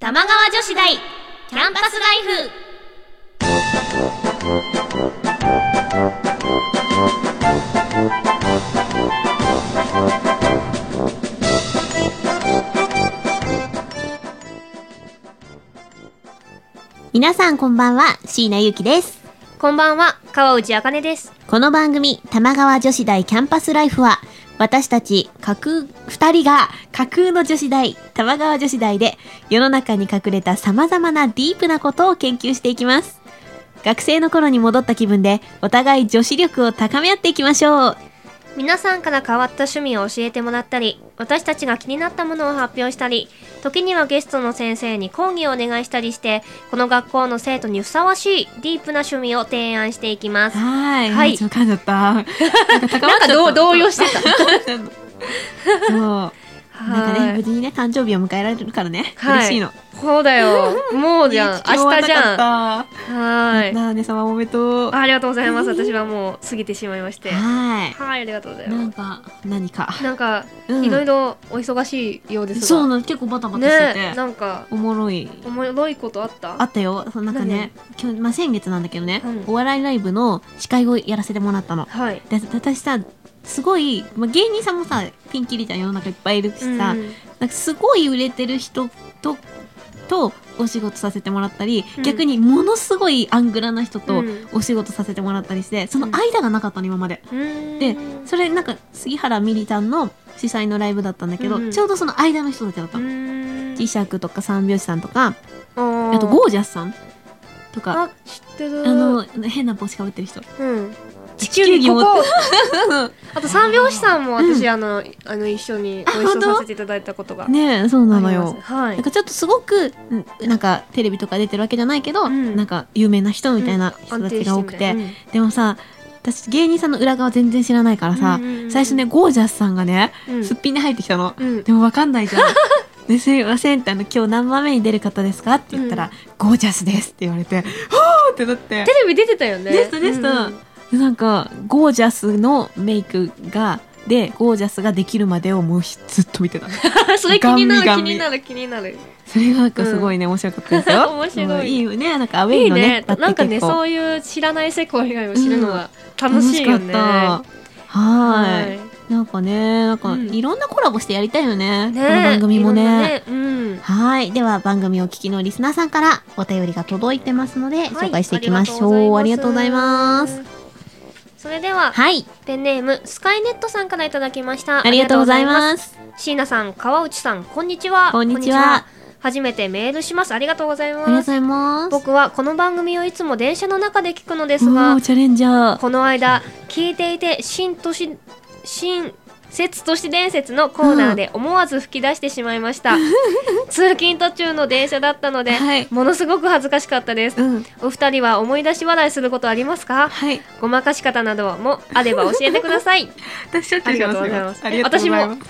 玉川女子大キャンパスライフ皆さんこんばんは、椎名ゆきです。こんばんは川内茜ですこの番組、玉川女子大キャンパスライフは、私たち架空、二人が架空の女子大、玉川女子大で、世の中に隠れた様々なディープなことを研究していきます。学生の頃に戻った気分で、お互い女子力を高め合っていきましょう。皆さんから変わった趣味を教えてもらったり私たちが気になったものを発表したり時にはゲストの先生に講義をお願いしたりしてこの学校の生徒にふさわしいディープな趣味を提案していきますはいはいちょっと噛んじゃった。なんか なんかどう動揺してた。そう。なんかね、はい無事にね、誕生日を迎えられるからね、はい嬉しいの。そうだよもうじゃん明日じゃんはん。ーいなあ姉様おめでとう。ありがとうございます私はもう過ぎてしまいましてははーいありがとうございい。なまんか何か。すなんかうんいろいろお忙しいようですがそうなの結構バタバタしてて、ねなんかおもろい。おもろいことあったあったよ。そのなんかね、今日まあ先月なんだけどね、うんお笑いライブの司会をやらせてもらったの。はいで私さすごい、まあ、芸人さんもさピンキリじゃん世の中いっぱいいるしさ、うんなんかすごい売れてる人ととお仕事させてもらったり、うん逆にものすごいアングラな人うとんお仕事させてもらったりしてその間がなかったの今まで。ででそれなんか杉原みりちゃんの主催のライブだったんだけど、うんちょうどその間の人たちだったの。磁石とか三拍子さんとかああとゴージャスさんとあか知ってるあの変な帽子かぶってる人うん地地球儀こってこあと三拍子さんも私、うんあのあの一緒にあご一緒本当させていただいたことがあり ねえそうなますのよ。はなんいかちょっとすごくんなんかテレビとか出てるわけじゃないけど、うんなんか有名な人みたいな人たちが多くて、でもさ私芸人さんの裏側全然知らないからさ、最初ね、ゴージャスさんがね、うんうんうんすっぴんで入ってきたの、うんでもわかんないじゃん ね、すいませんってあの今日何番目に出る方ですかって言ったら、ゴージャスですって言われてはあってなってテレビ出てたよねでしたでした、うんでなんかゴージャスのメイクがでゴージャスができるまでをもうひずっと見てたうん それ気になるガ気ンミガになンミる気になるそれがなんかすごいね、面白かったです よ面白いうんいいよねなんかアウェいイいのねね場ってなんかね結構そういう知らない世界以外を知るのは楽しいよね、楽しかったはーいはなんかねなんかうんいろんなコラボしてやりたいよね,、いこの番組もねいろんなうんはいでは番組をお聞きのリスナーさんからお便りが届いてますので、はい紹介していきましょうありがとうございます。それでは、はいペンネームスカイネットさんからいただきました。ありがとうございす。ます椎名さん、川内さん、こんにちは。こんにちは初めてメールします。ありがとうございありがとうまごす。ざいます僕はこの番組をいつも電車の中で聞くのですおがー、チャレンジャーこの間聞いていて新都市新説都市伝説のコーナーで思わず吹き出してしまいま した、通勤途中の電車だったので、はいものすごく恥ずかしかった ですうんお二人は思い出し笑いすることありますかはいごまかし方などもあれば教えてください私ちょっありがとうございますありがとうございますね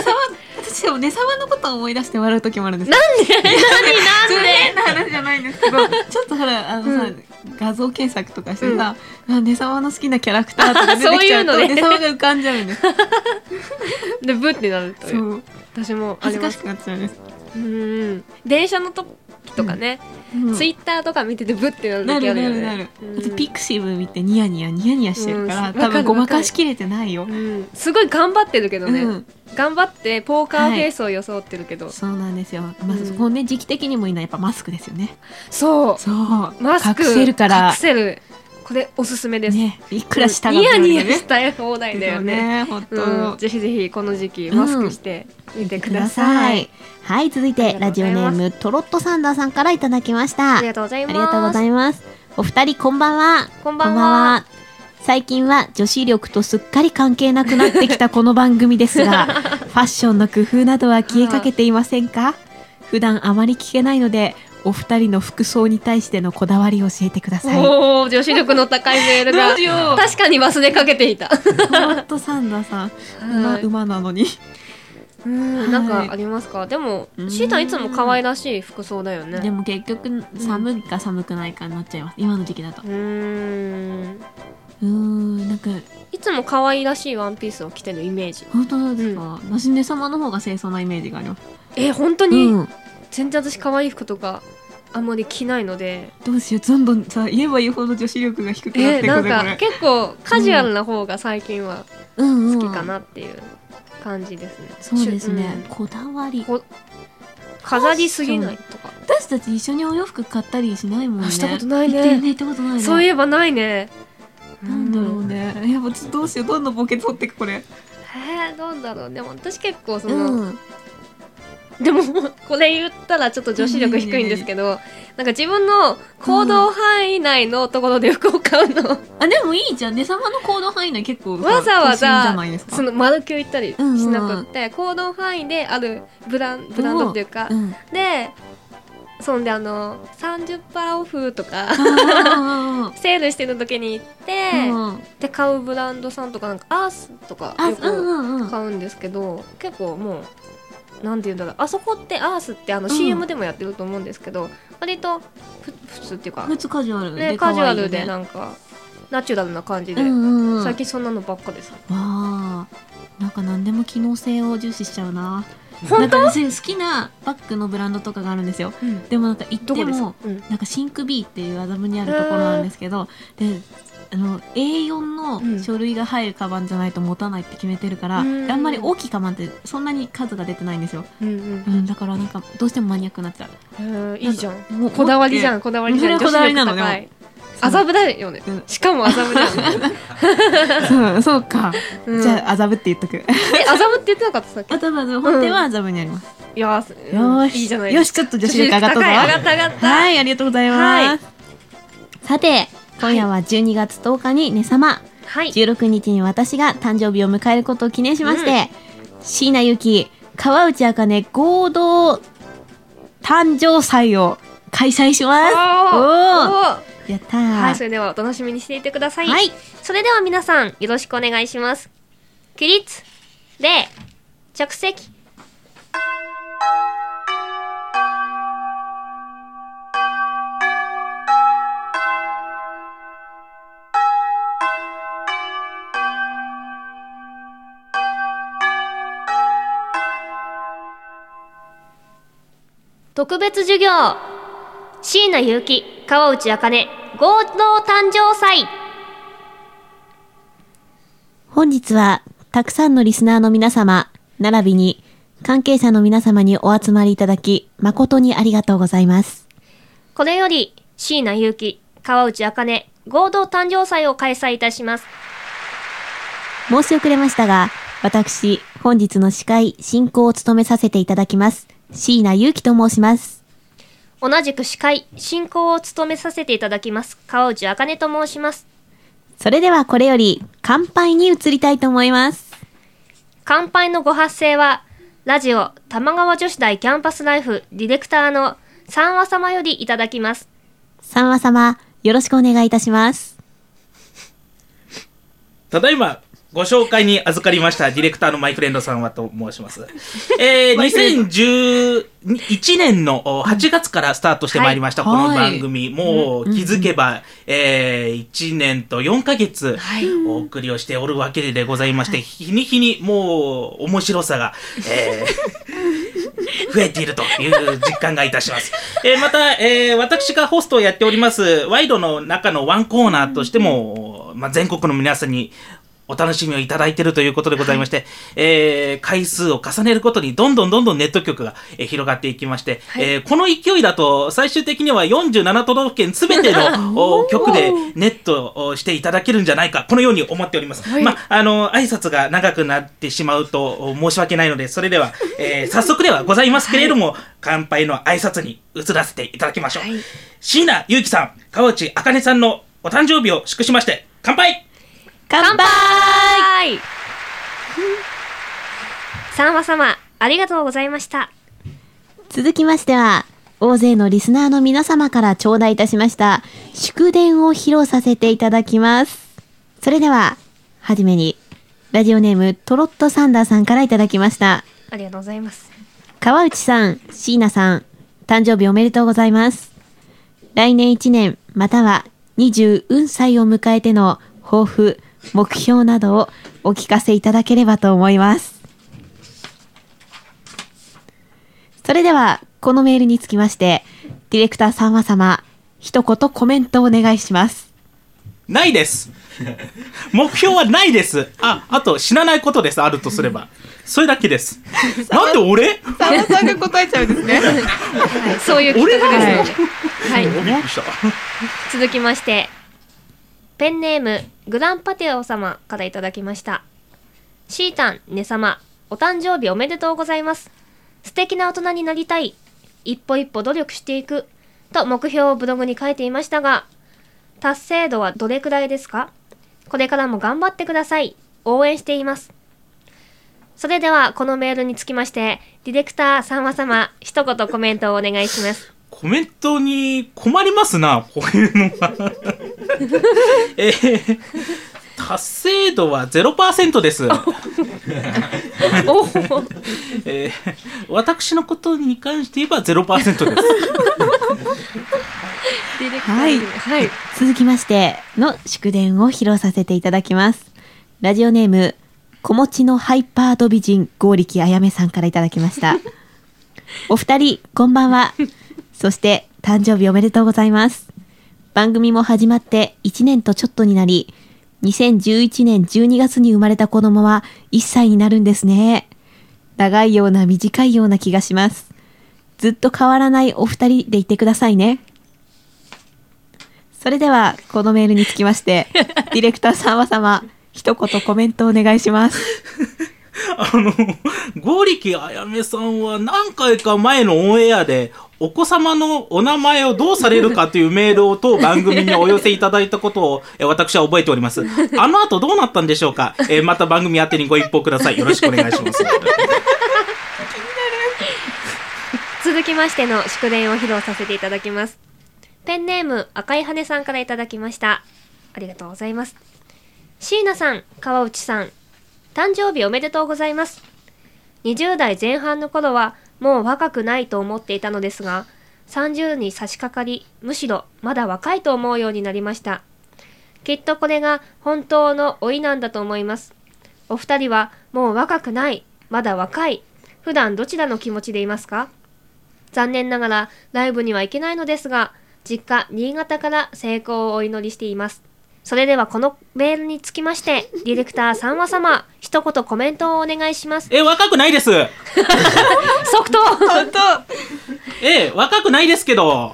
さわ 私でもねさわのことを思い出して笑う時もあるんですなん何なんで変な話じゃないんですけどちょっとほらあのさ、う画像検索とかしてさ、あネサワの好きなキャラクターとか出てきちゃうと そういうのねネサワが浮かんじゃうんですでブってなるとい そうう私もあ恥りずかましすくなっちゃうんです、うんうん電車の時とかね、うんツイッターとか見ててブってなるな時あるるなよるねなる、うんあとピクシブ見てニヤニヤニヤニヤしてるから、うん多わかる分ごまかしきれてないよ、うんすごい頑張ってるけどね、うん頑張ってポーカーフェイスを装ってるけど、そうなんですよまうんずそこね時期的にもいいのはやっぱマスクですよねそうそうマスク隠せるから隠せるこれおすすめです、ねいくらしたニヤニヤしたい放題だよね本当、うん、ぜひぜひこの時期マスクしてみてください,、はい、続いあてりがラとジうオございまネすームトロットサンダーさんからいただきました。あありりがとうございますがとうございます。お二人こんばんは。こんばんは。最近は女子力とすっかり関係なくなってきたこの番組で すが、ファッションの工夫などは消えかけていませんか普段あまり聞けないので、お二人の服装に対してのこだわりを教えてください。おお女子力の高いメールがどうしよう確かに忘れかけていた、トロットサンダーさん、馬はい馬なのに。うん、なんかありますか、でもうんシータンいつも可愛らしい服装だよねでも結局寒いか寒くないかになっちゃいます今の時期だとうーんうーんなんかいつも可愛らしいワンピースを着てるイメージ本当ですか、私ね様の方が清掃なイメージがありますえ本当うに、ん全然私可愛い服とかあんまり着ないのでどうしようどんどんさ言えば言うほど女子力が低くなってえくなるんかこれ結構カジュアルな方が最近はうん好きかなっていう感じですね、そうですね、うんこだわりこ飾りすぎないとか、私たち一緒にお洋服買ったりしないもんねあしたことないね行って行ったことないねそういえばないねなんだろうね、やっぱちょっとどうしようどんどんボケ取ってくこれえー、どうだろうでも私結構その、うんでもこれ言ったらちょっと女子力低いんですけど、なんか自分の行動範囲内のところで服を買うの、あでもいいじゃんね様の行動範囲内結構わざわざ都心じゃないですかその丸級行ったりしなくって、行動範囲であるブランブランドっていうか、 うんでそんであの30%オフとかあセールしてる時に行って、ーうんで買うブランドさんとかなんかアースとかあようんくうんうん買うんですけど結構もうなんて言うんだろうあそこってアースってあのん CM でもやってると思うんですけど、割とふ普通っていうか、普通カジュアルね、でカジュアルで可愛いよねなんかナチュラルな感じで、うんうんうん最近そんなのばっかですわあなんか何でも機能性を重視しちゃうな本なんか私好きなバッグのブランドとかがあるんですよでもなんか行ってどこですもか、うんなんかシンク B っていうアダムにあるところなんですけどであの A4 の書類が入るカバンじゃないと持たないって決めてるから、うんあんまり大きいカバンってそんなに数が出てないんですよ、うんうん、だからなんかどうしてもマニアックになっちゃううん、へーいいじゃんもうこだわりじゃんんこだわりじゃんそれはこだわりなの女子力高いそう麻布だよねうんしかも麻布だよ ね、そうそうか、うん、じゃあ麻布って言っとくえ麻布って言ってなかったさっき麻布本店は麻布にあります、いやーよーしいいじゃないよでしすちょっとか女子力上がったぞ女子力高い上がった上がったはい、ありがとうございます。さて、今夜は12月10日にね様、はい16日に私が誕生日を迎えることを記念しまして、椎名由紀、川内茜合同誕生祭を開催します。おーおーやったおー。はいそれではお楽しみにしていてください、はいそれでは皆さんよろしくお願いします起立礼着席特別授業椎名結城川内茜合同誕生祭本日は、たくさんのリスナーの皆様、並びに、関係者の皆様にお集まりいただき、誠にありがとうございます。これより椎名結城川内茜合同誕生祭を開催いたします申し遅れましたが、私、本日の司会、進行を務めさせていただきます。椎名祐希と申します。同じく司会進行を務めさせていただきます川内茜と申しますそれではこれより、乾杯に移りたいと思います。乾杯のご発声はラジオ玉川女子大キャンパスライフディレクターの三和様よりいただきます三和様、よろしくお願いいたします。ただいま、ご紹介に預かりました、ディレクターのマイフレンドさんはと申します。えー、2011年のお8月からスタートしてまいりました、はいこの番組。もう気づけば、えー、1年と4ヶ月、お送りをしておるわけでございまして、日に日にもう面白さが、えー増えているという実感がいたします。えーまた、えー私がホストをやっております、ワイドの中のワンコーナーとしても、まあ、全国の皆さんにお楽しみをいただいているということでございまして、えー回数を重ねることにどんどんどんどんネット局が、えー広がっていきまして、えーこの勢いだと最終的には47都道府県すべての お局でネットをしていただけるんじゃないか、このように思っております。まあ、あの、挨拶が長くなってしまうとお申し訳ないので、それで は、えー早速ではございますけれども、乾杯の挨拶に移らせていただきましょう。椎名ゆうきさん、川内あかねさんのお誕生日を祝しまして、乾杯乾杯はい三和様ありがとうございました続きましては、大勢のリスナーの皆様から頂戴いたしました、祝電を披露させていただきます。それでは、はじめに、ラジオネーム、トロットサンダーさんからいただきました。ありがとうございます。川内さん、椎名さん、誕生日おめでとうございます。来年1年、または20運歳を迎えての抱負、目標などをお聞かせいただければと思います。それでは、このメールにつきまして、ディレクターさんま様、一言コメントをお願いします。ないです。目標はないです。あ、あと死なないことです。あるとすれば。それだけです。なんで俺さんまさんが答えちゃうんですね。はい、そういう企画ですので。はい。おびっくりした。続きましてペンネームグランパテオ様からいただきましたシータン姉様お誕生日おめでとうございます素敵な大人になりたい一歩一歩努力していくと目標をブログに書いていましたが達成度はどれくらいですかこれからも頑張ってください応援していますそれではこのメールにつきましてディレクターさんま様一言コメントをお願いしますコメントに困りますな、こういうのは。えー達成度は0%で す。おーえー私のことに関して言えば0%です。ディレクターにはい続きましての祝電を披露させていただきます。ラジオネーム、小持ちのハイパード美人、剛力あやめさんからいただきました。お二人、こんばんは。そして、誕生日おめでとうございます。番組も始まって1年とちょっとになり、2011年12月に生まれた子供は1歳になるんですね。長いような短いような気がします。ずっと変わらないお二人でいてくださいね。それでは、このメールにつきま して、ディレクターさんは様、一言コメントお願いします。あの、剛力あやめさんは何回か前のオンエアで、お子様のお名前をどうされるかというメールを当番組にお寄せいただいたことを、え私は覚えております。あの後どうなったんでしょうか、えまた番組宛てにご一報ください。よろしくお願いします。続きましての祝電を披露させていただきますペンネーム赤い羽さんからいただきましたありがとうございます椎名さん川内さん誕生日おめでとうございます20代前半の頃はもう若くないと思っていたのですが30に差し掛かりむしろまだ若いと思うようになりましたきっとこれが本当の老いなんだと思いますお二人はもう若くないまだ若い普段どちらの気持ちでいますか残念ながらライブには行けないのですが、実家新潟から成功をお祈りしています。それではこのメールにつきまして、ディレクターさんは様、一言コメントをお願いします。え、若くないです。即答本当。え、若くないですけど。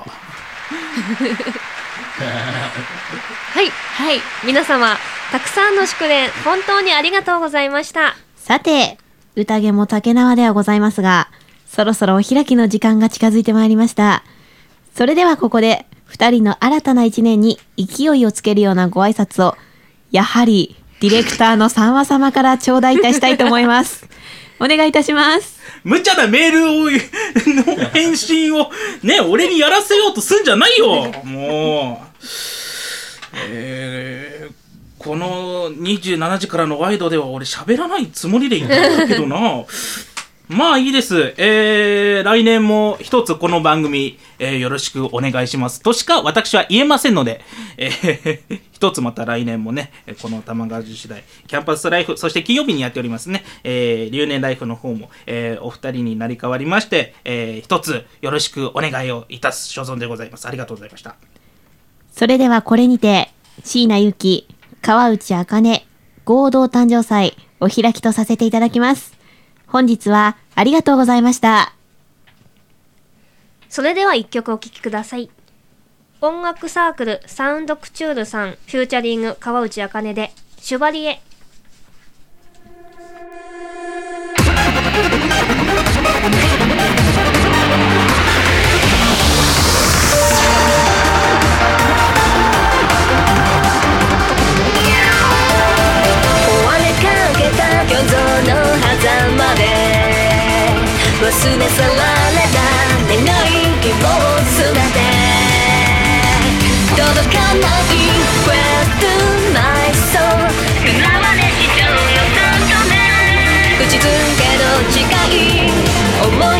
はい。はい。皆様、たくさんの祝電、本当にありがとうございました。さて、宴も竹縄ではございますが、そろそろお開きの時間が近づいてまいりました。それではここで、二人の新たな一年に勢いをつけるようなご挨拶を、やはり、ディレクターの三和様から頂戴いたしたいと思い ます。お願いいたします。無茶なメールを、の返信を、ね、俺にやらせようとすんじゃないよもう。えー、この27時からのワイドでは俺喋らないつもりでいたんだけどな。まあいいです。えー、来年も一つこの番組、えーよろしくお願いします。としか私は言えませんので、えー、 一つまた来年もね、えーこの玉川女子大、キャンパスライフ、そして金曜日にやっておりますね、えー、留年ライフの方も、えーお二人になり変わりまして、えー一つよろしくお願いをいたす所存でございます。ありがとうございました。それではこれにて、椎名ゆき、川内あかね、合同誕生祭、お開きとさせていただきます。本日はありがとうございました。それでは一曲お聴きください。音楽サークルサウンドクチュールさん、フューチャリング川内茜で、シュバリエ。壊れかけた巨像の狭間で忘れ去られた願い希望すべて届かない Where do my soul 口づけの誓い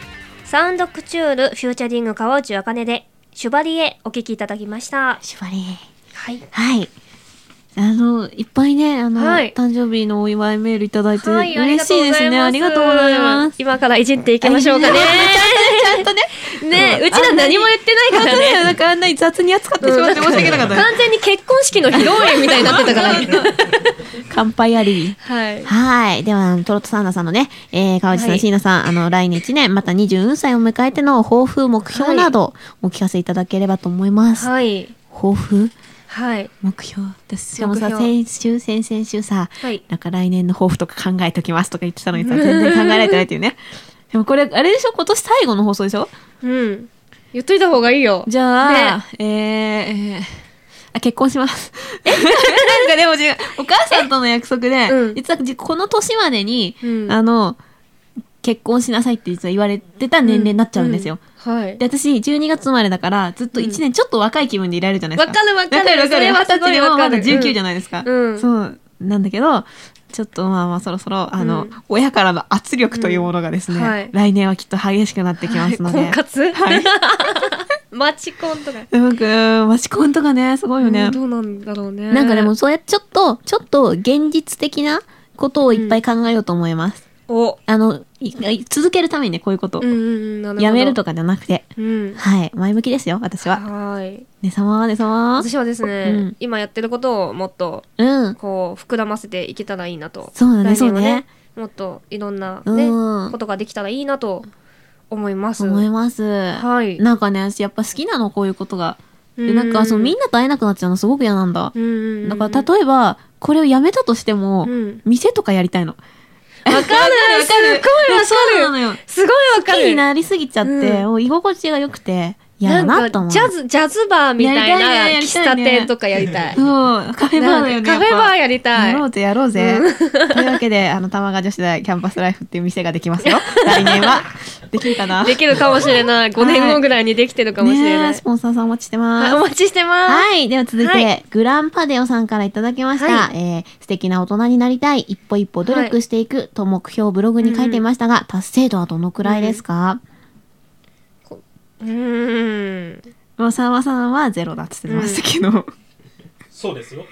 ール、フューチャリング川内茜で、シュバリエお聴きいただきました。シュバリー。はい。はい。あの、いっぱいね、あの、はい誕生日のお祝いメールいただいて、はい、あり嬉がとしういございますでね。ありがとうございます。。今からいじっていきましょうかね。ちゃんとね、ねえうちら何も言ってないから本当だね。よ、なんかあんなに雑に扱ってしまって申し訳なかった。完全に結婚式の披露宴みたいになってたからね。乾杯あり。はい。 はい。では、トロットサンダさんのね、えー、川内さん、はい椎名さん、あの、来日ね、また24歳を迎えての抱負、目標など、お聞かせいただければと思います。はい。抱負はい。目標です。しかもさ、目標先週、先々週さ、はい。なんか来年の抱負とか考えときますとか言ってたのにさ、全然考えられてないっていうね。でもこれ、あれでしょ今年最後の放送でしょうん。言っといた方がいいよ。じゃあ、えー、えーあ、結婚します。えなんかで も違う、お母さんとの約束で、うん実はじこの年までに、うんあの、結婚しなさいって実は言われてた年齢になっちゃうんですよ。はい。で、私、12月生まれだから、ずっと1年ちょっと若い気分でいられるじゃないでわすか。かるわかる。わかるわかる。それはす二十ご歳いでわもかまる。だ19じゃない。ないですか。うんそう、なんだけど、ちょっとまあまあそろそろ、あの、うん親からの圧力というものがですね、うんはい来年はきっと激しくなってきますので。婚活はい。 マチコンとか。でも僕、マチコンとかね、すごいよね。どうなんだろうね。なんかでも、、そうやってちょっと、ちょっと現実的なことをいっぱい考えようと思います。お。あの、いい続けるためにね、こういうことをうんうんうん。やめるか。とかじゃなくて。うん。はい。前向きですよ、私は。はい。ねさまねさま私はですね、うん今やってることをもっとうん。こう膨らませていけたらいいなとそうだね来年はそうねもっといろんな、ねうんことができたらいいなと思います。思います。はいなんかね、私やっぱ好きなの、こういうことが。で、うんなんか、そのみんなと会えなくなっちゃうのすごく嫌なんだ。うんうんうんだから、例えば、これをやめたとしても、うん店とかやりたいの。わかるわか るすっごいわかるそうなのよ。すごいわ好かきにるなりすぎちゃって、うんもう居心地が良くて、嫌なだんなとか思う。ジャズジャズバーみたいやりたいねやなり喫た茶いね店とかやりたい。そう、カフェバーだなよね。んかカフェバーやっやりぱたい。やろうぜ、やろうぜ。というわ けで、あの、玉川女子大キャンパスライフっていう店ができますよ。来年は。できるかなできるかもしれ ない。5年後ぐらいにできてるかもしれねなえい。スポンサーさんお待ちしてますはい、お。待ちしてます。はい。では続いて、はグランパデオさんからいただきました。はえー素敵な大人になりたい、一歩一歩努力していくと目標をブログに書いていましたが、達成度はどのくらいですか、うーん。まあ、さんまさんはゼロだって言ってましたけど。そうですよ。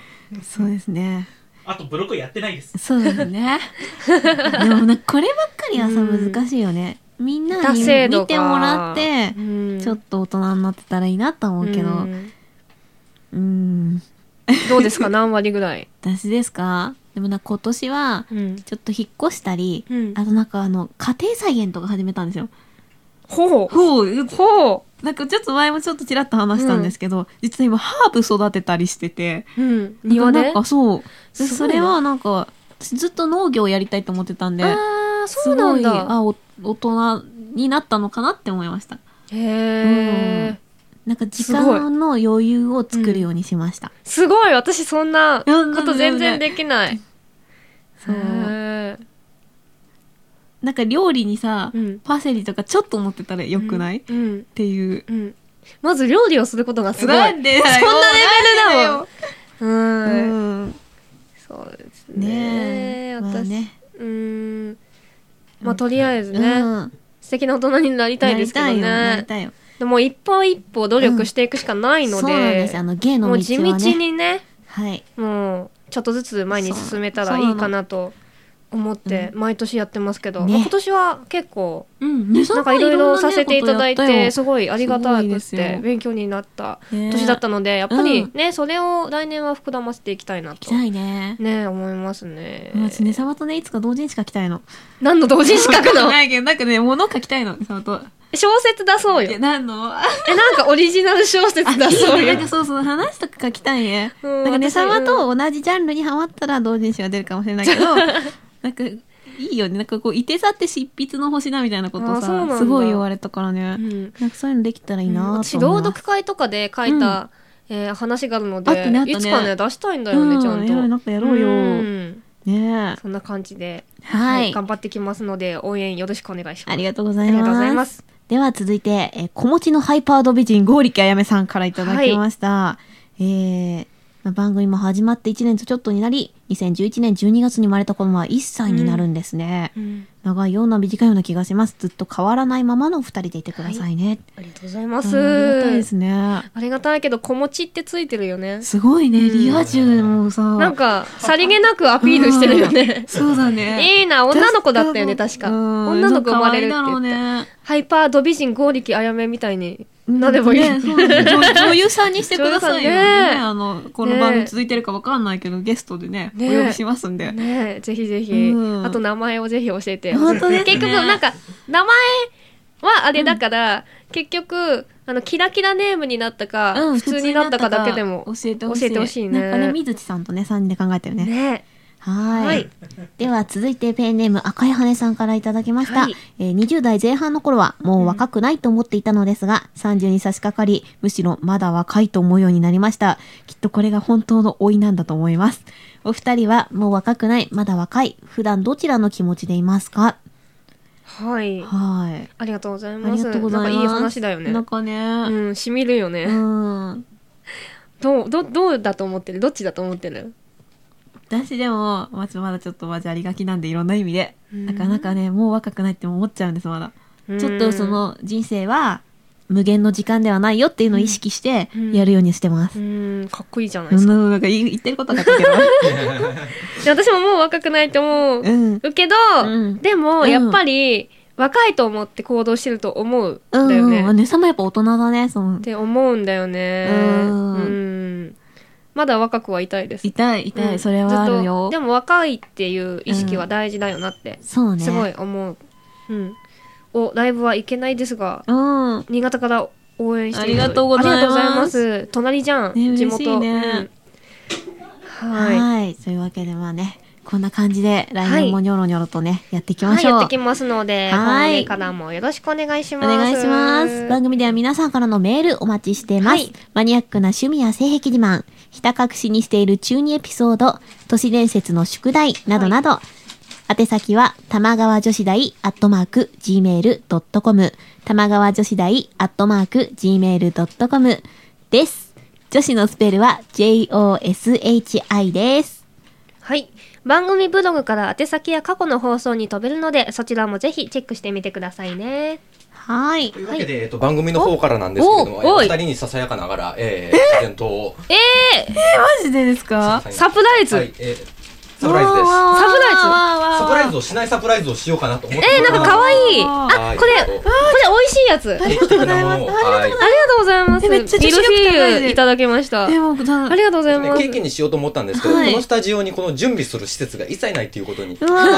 そうですね。あとブロックやってないです。そうですね。でもな、こればっかりはさ、うん難しいよね。みんなに達成度見てもらって、ちょっとと大人になってたらいいなと思うけど、うん、どうですか何割ぐらい。私ですかでもな、今年は、うん。ちょっと引っ越したり、うんあとなんかあの、家庭菜園とか始めたんですよ。ほう。ほう、ほなんかちょっと前もちょっとちらっと話したんですけど、実は今ハーブ育てたりしてて、う。うん。な庭んかで。なんかそう、ですそごいなれはなんか、ずっと農業をやりたいと思ってたんで、ああ、そうなんすごいだ。あお大人になったのかなって思いましたへえ、うんなんか時すごい間の余裕を作るようにしました、すごい私そんなこと全然できない。そうへーなんか料理にさ、うんパセリとかちょっと持ってたらよくない、っうん。ていううん。まず料理をすることがすごい。なんでだよそんなレベルだもん。ううん。んそうですね。ねえ私、まあねうーん。まあとりあえずね、うん素敵な大人になりたいですけどなりね。たいよなりたいよでも一歩一歩努力していくしかないので、そうなんですあの芸のも道う地道はねにね、はいもうちょっとずつ前に進めたらそういいかなと思って毎年やってますけど、ねまあ今年は結構うんなんかいろいろさせていただいてすそごいありがたすごいくでっすよて勉強になったね年だったので、やっぱうりんね、それを来年は膨らませていきたいな来と。たいねね思いますね。私ね、さまとね、いつか同人誌書きたいの。何の同人誌書く のないけど、なんかね、物書きたいの、さまと。小説出そうよ。え、え、何のなんかオリジナル小説出そうなよん。かそうそう、話とか書きたいね。うんなんかね、私サマと同じジャンルにハマったら同人誌が出るかもしれない けど、なんか、いいよね。なんかこう、いて座って執筆の星だみたいなことをあそうなんさ、だすごい言われたからね。うんなんかそういうのできたらいいな私と思朗います読会とかで書いた、えー話があるのであったねあったねいつかね出したいんだよね、うんちゃんといやなんかやろうよんねえそんな感じで、はい頑張ってきますので応援よろしくお願いしますありがとうございまあす。りがとうございますでは続いて、えー、子持ちのハイパード美人、ゴーリキあやめさんからいただきました。えー、ままあ番組も始まって1年とちょっとになり、2011年12月に生まれた子供は1歳になるんですね。うん長いような短いような気がします。ずっと変わらないままのお二人でいてくださいね。ありがとうございます。ありがたいですね。ありがたいけど、子持ちってついてるよね。すごいね、リア充もさ。なんか、さりげなくアピールしてるよね。 そう だね。いいな、女の子だったよね、確か。うん女の子生まれるって可愛いだろう言った。ね。ハイパード美人剛力あやめみたいになればいい。ねそうだね女女優さんにしてくださいよね。女優さんねねあの、この番組続いてるかわかんないけど、ゲストでね、おね呼びしますんで。ねえ、ぜひぜひ、うんあと名前をぜひ教えて。本当ですね結局、なんか、名前はあれだから、結局、あの、キラキラネームになったか、うん普通になったかだけでも。普通になったか教教えてほしい。えてほしいねなんかね、水木さんとね、3人で考えてるね。ねはーい,、はいでは続いてペンネーム赤い羽根さんからいただきました、はいえー20代前半の頃はもう若くないと思っていたのですが、30に差し掛かりむしろまだ若いと思うようになりましたきっとこれが本当の老いなんだと思いますお二人はもう若くないまだ若い普段どちらの気持ちでいますかはい。はいありがとうございあまりす。がとうございますなんかいい話だよなんね。かねう、うん染みるよね。ん、どう、ど、どうだと思ってるどっちだと思ってる私でもまあまだちょっとまじありがきなんでいろんな意味でうんなかなかねもう若くないって思っちゃうんですまだうんちょっとその人生は無限の時間ではないよっていうのを意識してうんやるようにしてまうす。ーん、かっこいいじゃないで うん、すか。なんか言い言ってることがだけど。で私ももう若くないと思ううん。けど、うんでうも、んやっぱり、若いと思って行動してると思ううんだよね。うん。姉様やっぱ大人だね。そのっ、て思うんだよね。うんうんまだ若くはいたいです。痛い痛い、うんそれはあるよずっと。でも若いっていう意識は大事だよなって、そうね。すごい。思う。うん。お、ライブはいけないですが、うん。新潟から応援しているありがとうございますありがとうございます。隣じゃん、ね地元。嬉しいねうんはい。はい。というわけでまあね、こんな感じで来年もニョロニョロとね、やっていきまはい、しょやう。ってきますので、はい本音からもよろしくお願いしおます。願いします。番組では皆さんからのメールお待ちしています。はいマニアックな趣味や性癖自慢、ひた隠しにしている中二エピソード、都市伝説の宿題などなど、宛先は、玉川女子大アットマーク gmail.com、玉川女子大アットマーク gmail.com です。女子のスペルは joshi です。はい。番組ブログから宛先や過去の放送に飛べるので、そちらもぜひチェックしてみてくださいね。はいと。いうわけで、えっと、番組の方からなんですけれども、えおーおおい二人にささやかながら、えー、イベントを。えマジでですかー、サプライズ、はい、えー、サプライズです。サプライズサプライズをしないサプライズをしようかなと思ってえー、なんか可愛いわあ、これ、これ美味しいやつありがと定期的なものを、はい。うございます。えミめっルフちゃ女子力ィ高いねーユいただきました。ありでも、あがとうございます。ケーキにしようと思ったんですけど、はいこのスタジオにこの準備する施設が一切ないということに。うわー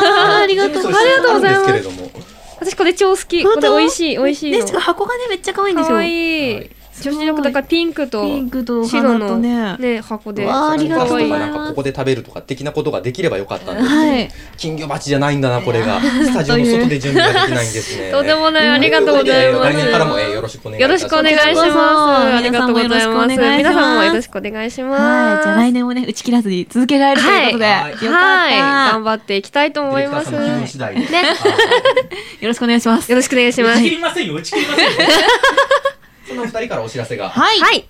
ありがとう準ございま備するありがとうございます施設なんですけれども。私これ超好き。こ本当れ美味しい、美味しいでのしか。も箱がねめっちゃ可愛いんでし可ょ愛いはい女子力高いピンクとピンクとお白花のとねね箱で。わあありがとうございますなんかここで食べるとか的なことができればよかったんですけど、はい金魚鉢じゃないんだなこれがスタジオの外で準備ができないんですね とんでもないありがとうございますとうことで来年からもえーよろしくお願いいよたろししますくお願いしこちらこます。そありがとうございます。皆皆ささんんももよよろろしくお願いします。はいじゃあ来年もね打ち切らずに続けられるということで、はいよかった、はい、頑張っていきたいと思います。ディレクターさんの気分よ次第で ねよろしくお願いしますろしくお願いし打まちす切。りませんよ、打ち切りませんよ。その二人からお知らせがはい、はい、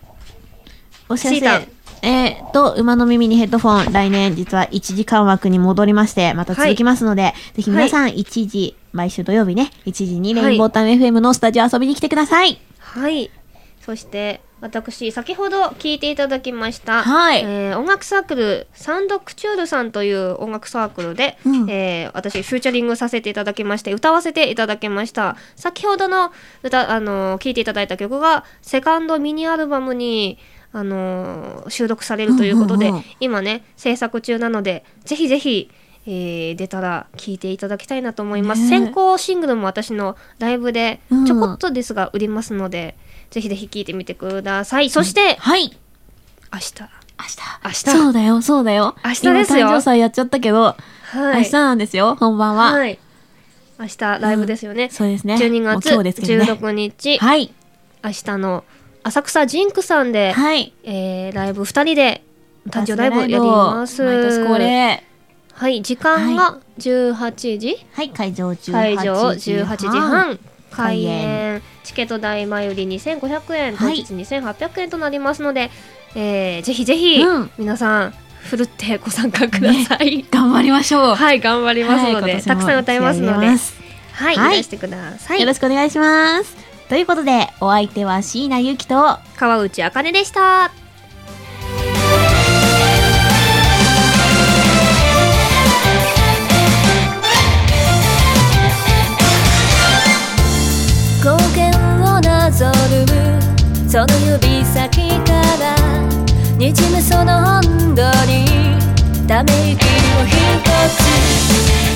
お知らせシータンえーっと、馬の耳にヘッドフォン、来年実は1時間枠に戻りまして、また続きますので、ぜひ皆さん1時、毎週土曜日ね、1時にレインボータウン FM のスタジオ遊びに来てください。はい。そして、私、先ほど聞いていただきました、はいえー音楽サークル、サンドクチュールさんという音楽サークルで、うんえー私、フューチャリングさせていただきまして、歌わせていただきました。先ほどの歌、あのー、聞いていただいた曲が、セカンドミニアルバムに、あのー収録されるということで、うんうんうん今ね、制作中なので、ぜひぜひ、えー出たら聴いていただきたいなと思います。ねえ先行シングルも私のライブでうんちょこっとちょっとですが売りますので、ぜひぜひ聞いてみてください。そして、はい。明日。明日。明日そうだよ、そうだよ。明日ですよ今誕生祭やっちゃったけど、はい。明日なんですよ、本番は。はい。明日、ライブですよね。そうですね。 12もう月今日ですけどね。 16日、はい。明日の浅草ジンクさんで、はい。えーライブ2人で、誕生ライブやります。毎年恒例。はい、時間が18時、はい、会場18時半。会場18時半開開演演チケット代前売り2500円当はい日2800円となりますので、えーぜひぜひうん皆さんふるってご参加ください、頑張りましょ う。はい頑張りますので、はいたくさん歌いますので今年も気合い入れはい、はいいらしてくださいよろしくお願いします。ということで、お相手は椎名ゆきと、川内あかねでした光源をなぞるその指先からにじむその温度にため息を一つ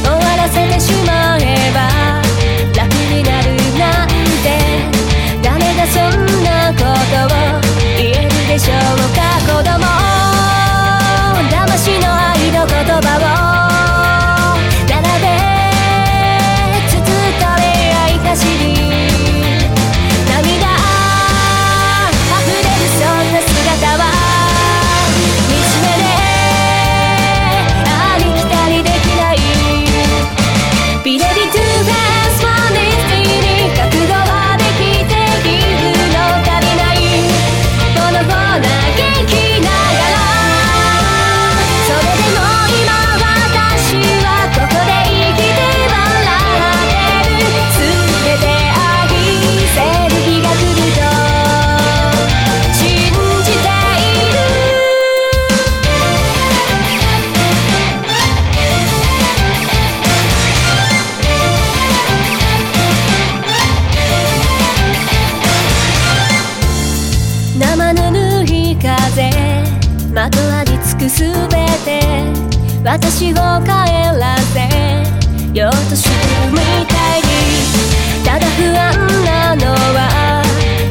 終わらせてしまえば楽になるなんて誰がそんなことを言えるでしょうか子供魂の愛の言葉を並べつつと恋愛歌詞に涙あふれるそんな姿は惨めでありきたりできないビレビトゥーフェスワンディスティに覚悟はできているの足りないボロボロ元気ながらそれでも今私はここで生きて笑ってる全て愛せる日が来ると信じている生ぬるい風まとわりつくすべて私を帰らせようとしてるみたいにただ不安なのは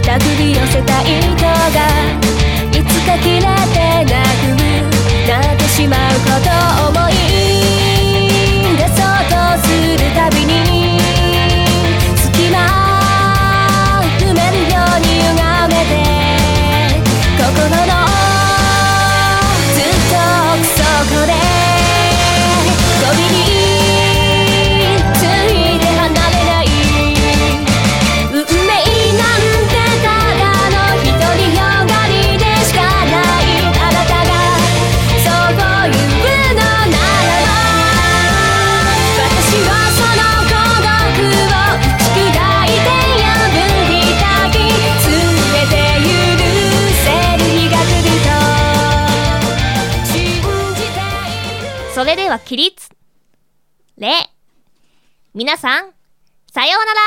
手繰り寄せた糸がいつか切れてなくなってしまうことを思い 出そうとするたびに隙間埋めるように歪めて心のずっと奥底で飛びについて離れない運命なんてただの独りよがりでしかないあなたがそういうのならば私はその孤独を打ち砕いて破りたき全て許せる日が来ると信じているそれでは起立礼皆さんさようなら